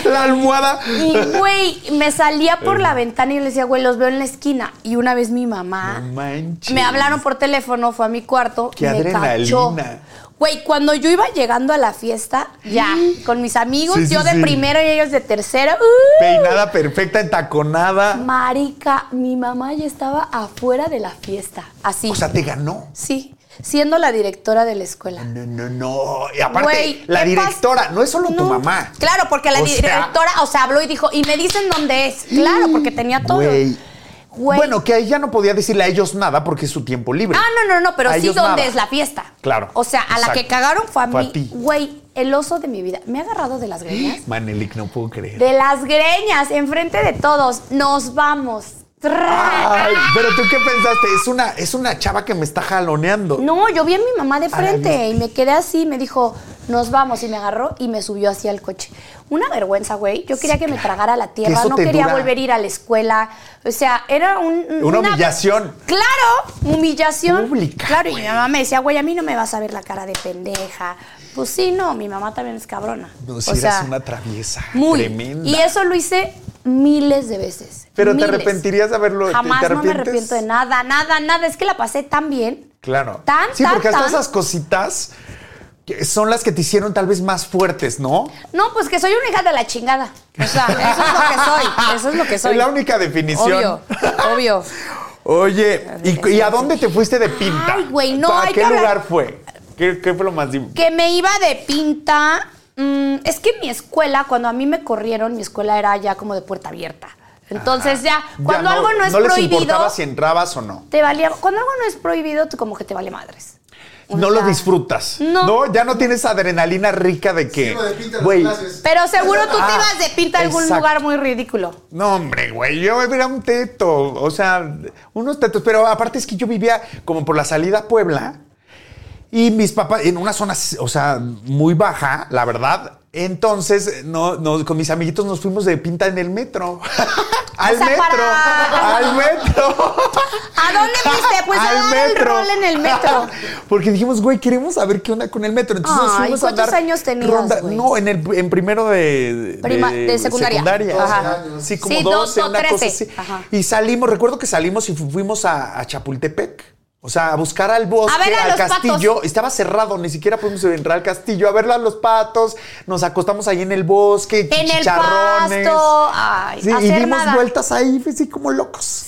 la almohada.
Y, güey, me salía por la ventana y le decía, güey, los veo en la esquina. Y una vez mi mamá
No manches.
me hablaron por teléfono, fue a mi cuarto.
Qué
me cachó.
adrenalina.
Güey, cuando yo iba llegando a la fiesta, ya,
Mm.
con mis amigos,
Sí, sí,
yo de
sí.
primero y ellos de tercero. ¡uh!
Peinada perfecta, entaconada.
Marica, mi mamá ya estaba afuera de la fiesta. Así.
O sea, te ganó.
sí, siendo la directora de la escuela.
No, no, no. Y aparte,
Güey,
la
¿qué
directora,
pasa?
no es solo tu
No.
mamá.
Claro, porque la
O sea,
directora, o sea, habló y dijo, y me dicen dónde es. Claro, porque tenía todo.
Güey.
Güey.
Bueno, que ahí ya no podía decirle a ellos nada porque es su tiempo libre.
Ah, no, no, no, pero
A
sí
ellos
dónde
nada.
es la fiesta.
Claro,
O sea, a la
exacto.
que cagaron fue a
Fue a
mí.
ti.
Güey, el oso de mi vida. Me ha agarrado de las greñas.
¿Eh? Manelik, no puedo creer.
De las greñas, enfrente de todos. Nos vamos. Tra-
Ay, pero tú qué pensaste? Es una, es una chava que me está jaloneando.
No, yo vi a mi mamá
la
de
vista.
frente y me quedé así, me dijo, nos vamos, y me agarró y me subió hacia el coche. Una vergüenza, güey. Yo quería que me tragara la tierra,
eso
no
te
quería
dura.
volver a ir a la escuela. O sea, era un, un-
Una humillación.
Claro, humillación.
Pública,
claro, y mi mamá me decía, güey, a mí no me vas a ver la cara de pendeja. Pues sí, no, mi mamá también es cabrona.
No,
O
si eras
sea,
una traviesa
muy.
tremenda.
Y eso lo hice miles de veces.
Pero te
miles.
arrepentirías de haberlo- te-
Jamás
te
no me
arrepientes?
arrepiento de nada, nada, nada. Es que la pasé tan bien.
Claro.
Tan,
sí,
tan,
porque hasta
tan.
esas cositas que son las que te hicieron tal vez más fuertes, ¿no?
No, pues que soy una hija de la chingada. O sea, eso es lo que soy. Eso es lo que soy.
Es la única definición.
Obvio, obvio.
Oye, ¿y, y a dónde te fuiste de pinta?
Ay, güey, no,
¿A
hay
qué
que hablar-
lugar fue? ¿Qué, qué fue lo más di-
Que me iba de pinta. mm, es que mi escuela, cuando a mí me corrieron, mi escuela era ya como de puerta abierta. Entonces ya,
Ya
cuando algo no es
les
prohibido,
importaba si entrabas o no.
te valía. Cuando algo no es prohibido, tú como que te vale madres. O
No lo
sea,
disfrutas.
No.
Ya no tienes adrenalina rica de que.
Sí, lo de pinta las
Güey.
clases.
Pero seguro tú te
Ah,
ibas de pinta a algún
exacto.
lugar muy ridículo.
No, hombre, güey. Yo era un teto. O sea, unos tetos. Pero aparte es que yo vivía como por la salida a Puebla. Y mis papás, en una zona, o sea, muy baja, la verdad. Entonces, no, no, con mis amiguitos nos fuimos de pinta en el metro. al
O sea,
metro.
para-
Al metro.
¿A dónde fuiste? Pues a
Al
dar el rol en el metro.
Porque dijimos, güey, queremos saber qué onda con el metro. Entonces nos
Ay,
fuimos a
¿cuántos
andar
años tenías, güey?
No, en, el, en primero de,
Prima- de secundaria. Ajá.
Sí, como
Sí,
12,
dos o
una cosa
13.
así.
Ajá.
Y salimos, recuerdo que salimos y fu- fuimos a, a Chapultepec. O sea, a buscar al bosque,
A ver a
al
los
castillo. Estaba cerrado, ni siquiera pudimos entrar al castillo. A ver a los patos. Nos acostamos ahí en el bosque,
En el
chicharrones.
pasto. Ay,
Sí, y
hacer
dimos
nada.
vueltas ahí, así como locos.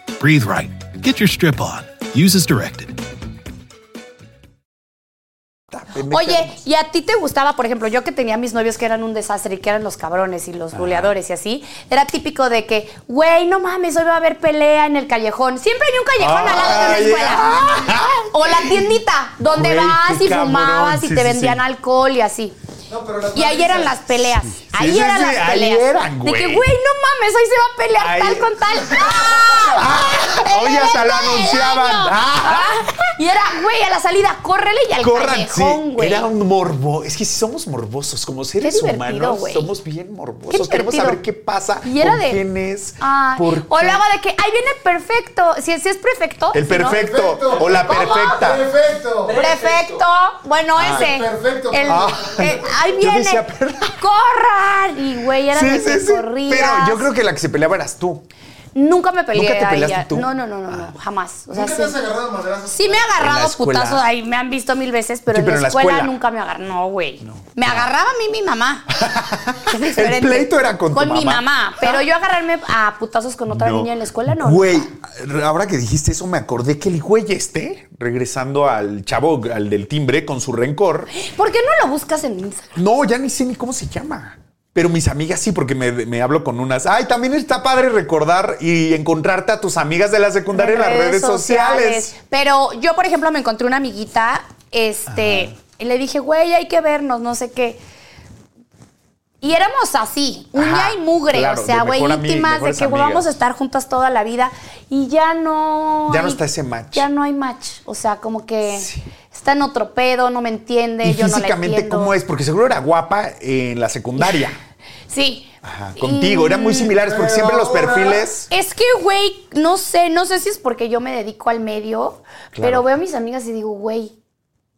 Breathe Right. Get your strip on. Use as directed.
Oye, ¿y a ti te gustaba, por ejemplo, yo que tenía mis novios que eran un desastre y que eran los cabrones y los buleadores y así? Era típico de que, güey, no mames, hoy va a haber pelea en el callejón. Siempre hay un callejón al lado de una
Ay,
escuela. O la tiendita, donde
Güey,
vas
qué
y fumabas
cabrón,
y
sí,
te
sí,
vendían
sí.
alcohol y así.
No, pero las
Y ahí eran las
madrizas.
peleas. Ahí
sí,
eran
sí,
las
ahí
peleas.
eran,
de que,
güey.
güey, no mames, hoy se va a pelear
Ahí-
tal con tal. ¡Ah! ¡El
Oye, hasta lo
evento del
anunciaban.
año!
¡Ah!
Y era, güey, a la salida, córrele y al
Corran, sí.
callejón, güey.
Era un morbo. Es que si somos morbosos, como seres
divertido,
humanos,
güey.
somos bien morbosos.
Qué
Queremos
divertido.
saber qué pasa,
Y era
con
de-
quién es,
Ay,
por
o
qué.
luego de que, ahí viene perfecto. Si, si es perfecto.
El
si no-
perfecto, o la perfecta.
Perfecto.
Perfecto. Bueno, ese.
Ah, perfecto.
El-
Ah.
el- ahí
Yo
viene.
decía, per-
Corran. Y, güey, era de que corrías.
Pero yo creo que la que se peleaba eras tú.
Nunca me peleé.
¿Nunca te
ahí,
peleaste
ya.
tú? Ah.
No, no, no, no, no, jamás. O sea,
¿Nunca te has
sí.
agarrado a madrazos?
Sí me he
En la
agarrado
escuela.
putazos ahí, me han visto mil veces, pero,
Sí, pero
en, la escuela nunca me agarró. No, güey. Me agarraba a mí mi mamá. Es diferente.
El pleito era con tu
mi
mamá.
mamá. Pero yo agarrarme a putazos con otra
No.
niña en la escuela, no.
Güey, ahora que dijiste eso, me acordé que el güey este, regresando al chavo, al del timbre, con su rencor,
¿Por qué no lo buscas en Instagram?
No, ya ni sé ni cómo se llama. Pero mis amigas sí, porque me, me hablo con unas. Ay, también está padre recordar y encontrarte a tus amigas de la secundaria en las redes sociales.
Pero yo, por ejemplo, me encontré una amiguita, este, y le dije, güey, hay que vernos, no sé qué. Y éramos así, uña
Ajá,
y mugre,
claro,
o sea,
de
güey,
mejor ami-
íntimas, de
mejores
que güey,
amigas.
vamos a estar juntas toda la vida. Y ya no.
Ya no
hay-
está ese match.
Ya no hay match. O sea, como que
Sí.
está en otro pedo, no me entiende,
Y
yo no la
físicamente,
entiendo.
¿cómo es? Porque seguro era guapa en la secundaria.
Sí.
Ajá, contigo, eran muy
Y-
similares, porque
Pero
siempre los
ahora-
perfiles.
Es que, güey, no sé, no sé si es porque yo me dedico al medio,
Claro.
pero veo a mis amigas y digo, güey,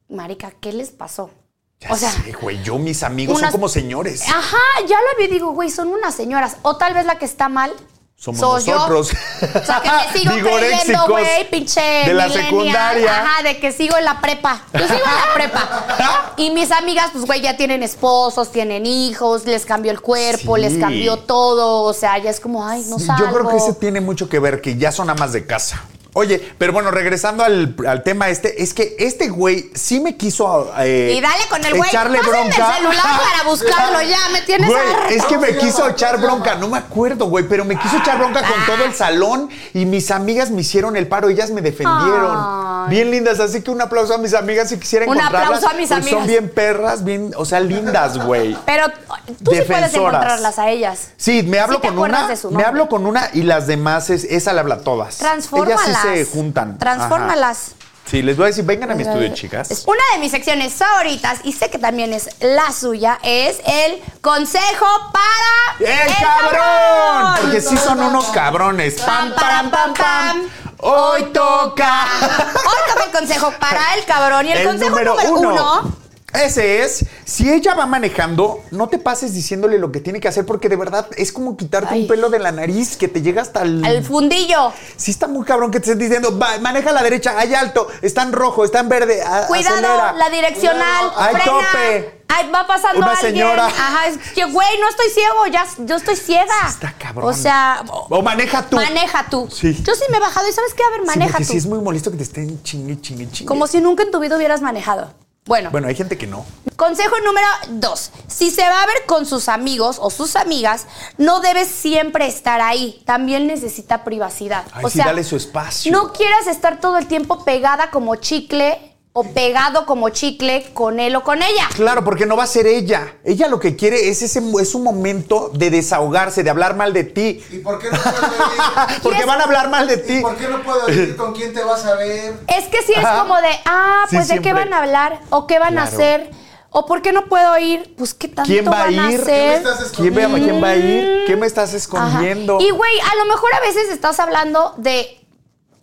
marica, ¿qué les pasó?
Ya sé, güey, yo, mis amigos
unas-
son como señores.
Ajá, ya la vi y digo, güey, son unas señoras. O tal vez la que está mal.
Somos
soy
nosotros.
Yo. O sea, que me sigo creyendo,
Vigoréxicos
güey, pinche
de la
millennial.
secundaria.
Ajá, de que sigo en la prepa. Yo sigo en la prepa. Y mis amigas, pues, güey, ya tienen esposos, tienen hijos, les cambió el cuerpo,
Sí.
les cambió todo. O sea, ya es como, ay, no
Sí,
salgo.
Yo creo que ese tiene mucho que ver, que ya son amas de casa. Oye, pero bueno, regresando al, al tema este, es que este güey sí me quiso. eh,
Y dale con el güey.
Echarle
Pásenme
bronca.
el celular para buscarlo ya. Me tienes
Güey,
harta.
es que me
¿Cómo se
quiso
llama?
echar
¿Cómo se
bronca, no me acuerdo, güey, pero me quiso echar bronca con todo el salón y mis amigas me hicieron el paro, ellas me defendieron.
Ay.
Bien lindas, así que un aplauso a mis amigas si quisieran
Un
encontrarlas.
aplauso a mis
porque Son
amigas.
bien perras, bien, o sea, lindas, güey.
Pero tú sí puedes
Defensoras.
encontrarlas a ellas.
Sí, me hablo
te
con
acuerdas
una,
de su
me
nombre.
hablo con una y las demás es esa le habla a todas.
Transfórmalas.
Ellas sí se juntan. Ajá.
Transfórmalas.
Sí, les voy a decir, vengan a mi estudio, chicas.
Es Una de mis secciones favoritas, y sé que también es la suya, es el consejo para.
¡El ¡Eh, cabrón! Porque sí son unos cabrones. Pam, pam, pam, pam. Hoy toca.
Hoy toca el consejo para el cabrón. Y el, consejo número, uno
Ese es, si ella va manejando, no te pases diciéndole lo que tiene que hacer porque de verdad es como quitarte
Ay.
un pelo de la nariz que te llega hasta el...
al fundillo.
Sí está muy cabrón que te estés diciendo, "Va, maneja a la derecha, hay alto, está en rojo, está en verde, a-
Cuidado,
acelera".
la direccional.
Cuidado. Hay
frena.
tope.
Ay, va pasando
Una
alguien.
señora.
Ajá, es que, güey, no estoy ciego, ya, yo estoy ciega.
Sí está cabrón.
O sea.
O maneja tú.
Maneja tú.
Sí.
Yo sí me he bajado y ¿sabes qué? A ver,
sí,
maneja
porque
tú.
sí es muy molesto que te estén chingue, chingue, chingue.
Como si nunca en tu vida hubieras manejado. Bueno,
Bueno, hay gente que no.
consejo número dos. Si se va a ver con sus amigos o sus amigas, no debes siempre estar ahí. También necesita privacidad.
Ay,
o
sí,
sea,
dale su espacio.
No quieras estar todo el tiempo pegada como chicle o pegado como chicle con él o con ella.
Claro, porque no va a ser ella. Ella lo que quiere es ese es un momento de desahogarse, de hablar mal de ti.
¿Y por qué no puedes
Porque van a hablar mal de ti.
decir? ¿Por qué no puedo decir con quién te vas a ver?
Es que si es
Ajá.
como de, ah,
Sí,
pues de qué
siempre.
van a hablar o qué van a
Claro.
hacer o por qué no puedo ir, pues qué tanto
¿Quién va a
van a
ir?
hacer. Mm.
estás
¿Quién, va-
escondiendo?
quién va a ir? ¿Qué me estás
Ajá.
escondiendo?
Y güey, a lo mejor a veces estás hablando de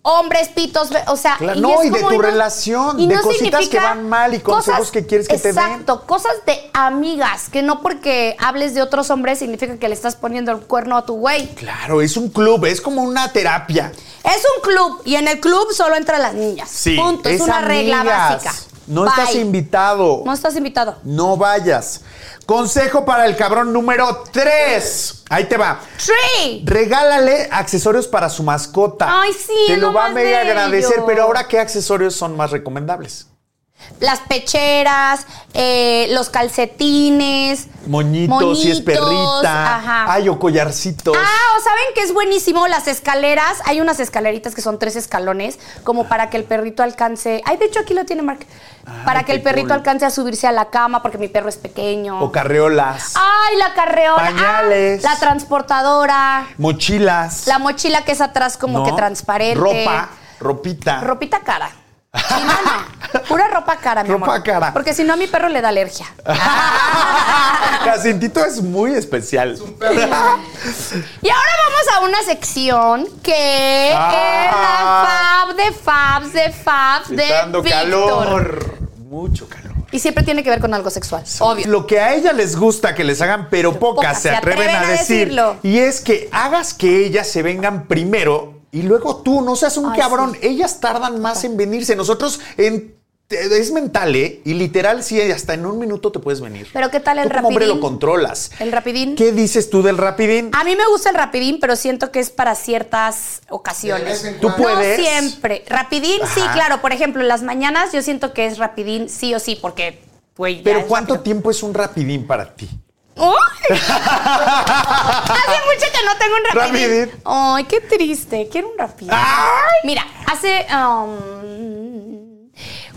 hombres, pitos, ve- o sea,
Claro, no,
es
y de
como-
tu relación, de cositas que
significa
van mal y consejos que quieres que te den.
Exacto, cosas de amigas, que no porque hables de otros hombres significa que le estás poniendo el cuerno a tu güey.
Claro, es un club, es como una terapia.
Es un club y en el club solo entran las niñas.
Sí,
Punto, es,
es
una regla
amigas.
básica.
No
Bye.
estás invitado.
No estás invitado.
No vayas. Consejo para el cabrón número 3. Ahí te va.
Tree.
Regálale accesorios para su mascota.
Ay, sí,
Te
es
lo,
lo
va a
más
mega
bello.
agradecer, pero ahora, ¿qué accesorios son más recomendables?
Las pecheras, eh, los calcetines.
Moñitos, si es
moñitos,
perrita.
Ajá.
Ay, o collarcitos.
Ah, ¿o ¿saben que es buenísimo? Las escaleras. Hay unas escaleritas que son tres escalones, como para que el perrito alcance. Ay, de hecho, aquí lo tiene Mark. para que
qué
el perrito
Ah, cool.
alcance a subirse a la cama, porque mi perro es pequeño.
O carreolas.
Ay, la carreola. Ah,
Pañales.
la transportadora.
Mochilas.
La mochila que es atrás como
¿no?
que transparente.
Ropa, ropita.
Ropita cara. Si no, no. Pura ropa cara, mi
Ropa
amor.
cara.
Porque si no, a mi perro le da alergia.
Jacintito es muy especial.
Y ahora vamos a una sección que
Ah.
es la fab de fabs de fabs de
Está dando
Víctor.
calor. Mucho calor.
Y siempre tiene que ver con algo sexual, obvio.
Lo que a ella les gusta que les hagan, pero pocas, se atreven, a, decir.
decirlo.
Y es que hagas que ellas se vengan primero y luego tú, no seas un
Ay,
cabrón.
sí.
Ellas tardan más en venirse. Nosotros en- es mental, ¿eh? Y literal, sí, hasta en un minuto te puedes venir.
Pero ¿qué tal el
Tú como hombre lo
rapidín?
controlas.
El rapidín. Ah,
¿Qué dices tú del rapidín?
A mí me gusta el rapidín, pero siento que es para ciertas ocasiones.
De vez en
¿Tú cuando. puedes?
No siempre. Rapidín, sí,
Ajá.
claro. Por ejemplo, en las mañanas yo siento que es rapidín sí o sí, porque, güey, ya
Pero
es
¿cuánto
rápido.
tiempo es un rapidín para ti?
¡Uy! Hace mucho que no tengo un rapidín.
Rapidín.
Ay, qué triste. Quiero un rapidín.
¡Ay!
Mira, hace. um,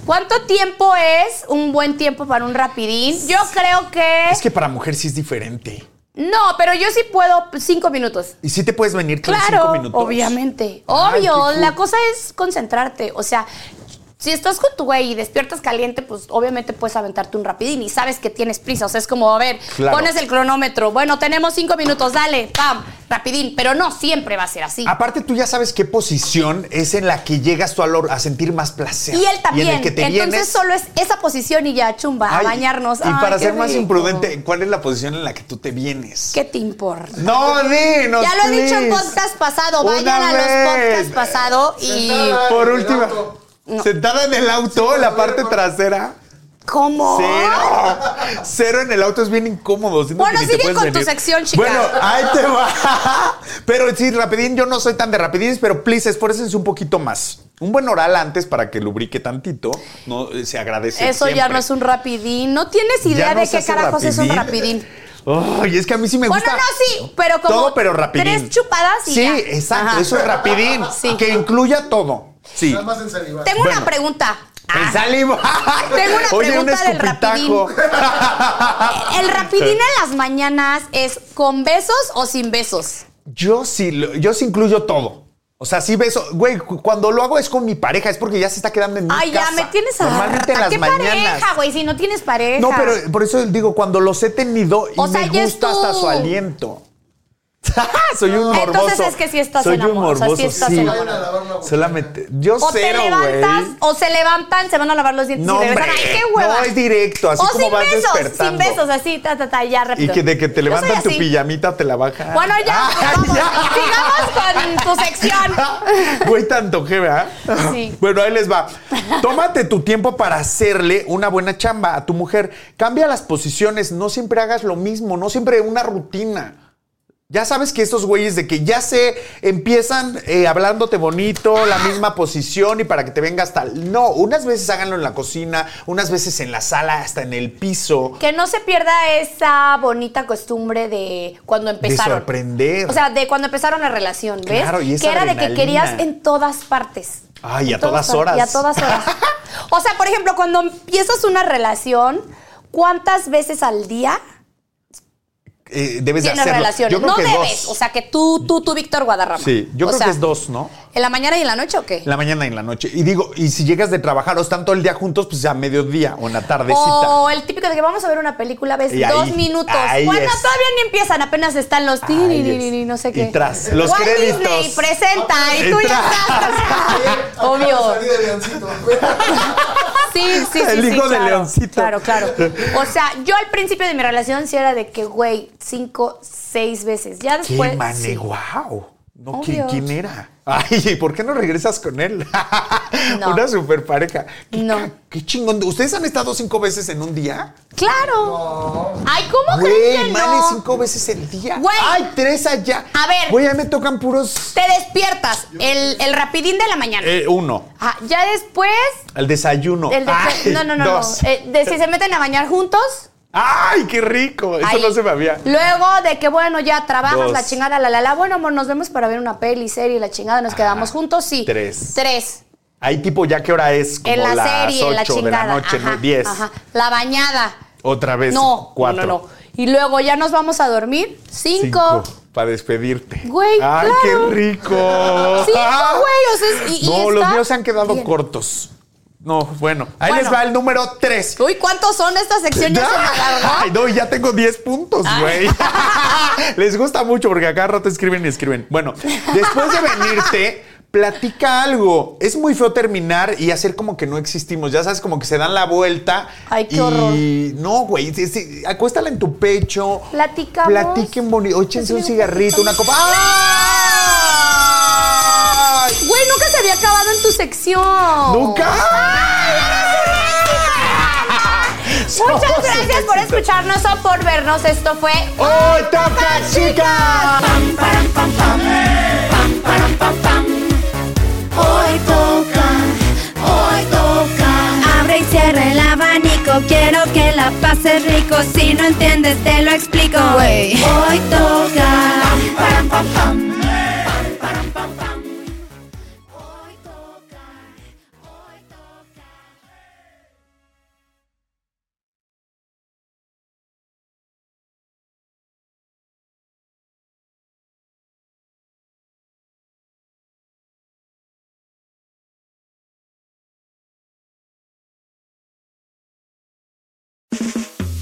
¿Cuánto tiempo es un buen tiempo para un rapidín? Yo creo que.
Es que para mujer sí es diferente.
No, pero yo sí puedo cinco minutos.
Y sí te puedes venir tú en cinco
Claro,
minutos.
obviamente.
Ay, qué
Obvio,
cool.
la cosa es concentrarte. O sea, si estás con tu güey y despiertas caliente, pues obviamente puedes aventarte un rapidín y sabes que tienes prisa. O sea, es como, a ver,
Claro.
pones el cronómetro. Bueno, tenemos cinco minutos, dale, pam, rapidín. Pero no siempre va a ser así.
Aparte, tú ya sabes qué posición es en la que llegas tú a, lo- a sentir más placer.
Y él también.
Y en el que te
Entonces
vienes.
solo es esa posición y ya, chumba, a
Ay,
bañarnos.
Y
Ay,
para
qué
ser más
rico.
imprudente, ¿cuál es la posición en la que tú te vienes?
¿Qué te importa?
No, dinos.
ya lo he dicho en
please.
podcast pasado.
Una
Vayan a
vez.
los podcasts pasado y.
Sentada.
Por
En el
última.
auto.
Sentada en el auto,
Sí,
la
no,
parte
no.
trasera.
¿Cómo?
Cero. Cero en el auto es bien incómodo. siento
Bueno,
que ni te
sigue
puedes
con tu
venir.
sección, chica.
Bueno, ahí te va. Pero sí, rapidín, yo no soy tan de rapidines, pero please, esfuércense un poquito más. Un buen oral antes para que lubrique tantito, no eh, se agradece.
Eso ya no es un rapidín. No tienes idea
no
de
se
qué
hace
carajos es un rapidín.
Ay, es que a mí sí me
Bueno,
gusta.
no, sí, pero como
Todo, pero rapidín.
tres chupadas y
Sí,
ya.
exacto,
Ajá.
eso es rapidín.
Sí.
Que incluya todo. Sí.
Nada más en salivar.
Tengo
Bueno.
una pregunta.
Me
Ah,
salimos.
Tengo una
Oye, un
pregunta del
escupitajo. Ah,
¿El rapidín en las mañanas es con besos o sin besos?
Yo sí, lo- yo sí incluyo todo. O sea, sí beso. Güey, cu- cuando lo hago es con mi pareja, es porque ya se está quedando en mi
Ay,
casa.
ya, me tienes a...
Normalmente en
¿A
las
qué
mañanas.
pareja, güey? Si no tienes pareja.
No, pero por eso digo, cuando los he tenido y
O sea,
me
ya es
gusta
tú.
hasta su aliento. Soy un morboso.
Entonces es que sí estás
Soy un
enamorado, o sea, sí
morboso,
estás
sí.
enamorado.
Vayan a lavar una boquita.
Solamente, yo
O
cero,
te levantas,
güey.
o se levantan, se van a lavar los dientes
No,
y regresan.
hombre,
¡Ay, qué hueva!
no, es directo, así
o
como
sin
vas
besos, sin
despertando.
besos, así, ta, ta, ta, ya
Y
rápido.
que de que te
Yo
levantan tu
soy así.
pijamita, te la bajan.
Bueno, ya,
Ay,
vamos,
ya.
sigamos con tu sección.
Güey, tanto que, ¿verdad?
Sí.
Bueno, ahí les va. Tómate tu tiempo para hacerle una buena chamba a tu mujer. Cambia las posiciones, no siempre hagas lo mismo, no siempre una rutina. Ya sabes que estos güeyes de que ya se empiezan eh, hablándote bonito, la misma posición y para que te vengas tal. No, unas veces háganlo en la cocina, unas veces en la sala, hasta en el piso.
Que no se pierda esa bonita costumbre de cuando empezaron.
sorprender.
O sea, de cuando empezaron la relación, ¿ves?
Claro, y esa
que era de que
adrenalina.
querías en todas partes.
Ay,
En
a todas
par-
horas.
Y a todas horas. o sea, por ejemplo, cuando empiezas una relación, ¿cuántas veces al día
Eh, debes de
tienes
hacerlo. Yo
relaciones?
creo
No
que
debes.
dos.
O sea, que tú, tú, tú, Víctor Guadarrama.
Sí, yo
O
creo
sea,
que es dos, ¿no?
¿En la mañana y en la noche o qué?
En la mañana y en la noche. Y digo, y si llegas de trabajar o están todo el día juntos, pues a mediodía o en la tardecita.
O el típico de que vamos a ver una película, ves
Y ahí,
dos minutos.
ahí
bueno,
es.
todavía ni empiezan, apenas están los
Ahí
tiririri,
es.
no sé qué.
Y tras, los
Walt
créditos.
Disney presenta y tú
Y
ya
tras.
estás.
Acaba de
Obvio.
salir de Leoncito.
Sí, sí, sí.
El
sí,
hijo de
claro,
Leoncito.
Claro, claro. O sea, yo al principio de mi relación sí era de que, güey, cinco, seis veces. Ya
¡Qué
después.
mane,
sí.
guau! No,
Obvio.
¿quién, quién era? Ay, ¿y por qué no regresas con él?
No.
Una super pareja. ¿Qué,
No.
ca- Qué chingón. ¿Ustedes han estado cinco veces en un día?
Claro. Ay, ¿cómo creen
Güey,
que
mane
no?
cinco veces el día.
Güey.
Ay, tres allá.
A ver.
Güey, a mí me tocan puros.
Te despiertas el, el rapidín de la mañana.
eh, uno.
Ah, ya después.
El desayuno.
el de-
Ay,
no, no, no.
Dos.
no. Eh, de si se meten a bañar juntos.
¡Ay, qué rico! Eso
Ahí.
no se me había.
Luego de que, bueno, ya trabajas
Dos.
la chingada, la, la, la. Bueno, amor, nos vemos para ver una peli, serie, la chingada, nos quedamos juntos, sí.
Tres.
Tres.
Ahí tipo ya qué hora es, como
En la
las
serie, en la
8
chingada.
de la noche,
Ajá,
¿no? 10.
ajá. La bañada.
Otra vez
No,
cuatro.
no, no, no. Y luego ya nos vamos a dormir. Cinco.
Para despedirte.
Güey,
Ay,
claro.
qué rico. Ah.
Cinco, güey, o sea, es- y- y
no, los
está
míos se han quedado
bien.
cortos. No, bueno. Ahí
Bueno.
les va el número 3.
Uy, ¿cuántos son estas secciones?
¡Ah! Ay, no, y ya tengo 10 puntos, güey. Les gusta mucho porque acá rato escriben y escriben. Bueno, después de venirte, platica algo. Es muy feo terminar y hacer como que no existimos. Ya sabes, como que se dan la vuelta.
Ay, qué
y
horror.
no, güey. sí, sí, acuéstala en tu pecho.
Platicamos.
Platiquen bonito. Échense un
Sí,
cigarrito, una copa. ¡Ay!
Güey, nunca se había acabado en tu sección.
¡Nunca!
Muchas gracias por escucharnos o por vernos. Esto fue
¡Hoy toca, chicas!
Hoy toca, hoy toca. Abre y cierra el abanico, quiero que la pases rico. Si no entiendes, te lo explico. Hoy toca. Hoy toca, hoy toca.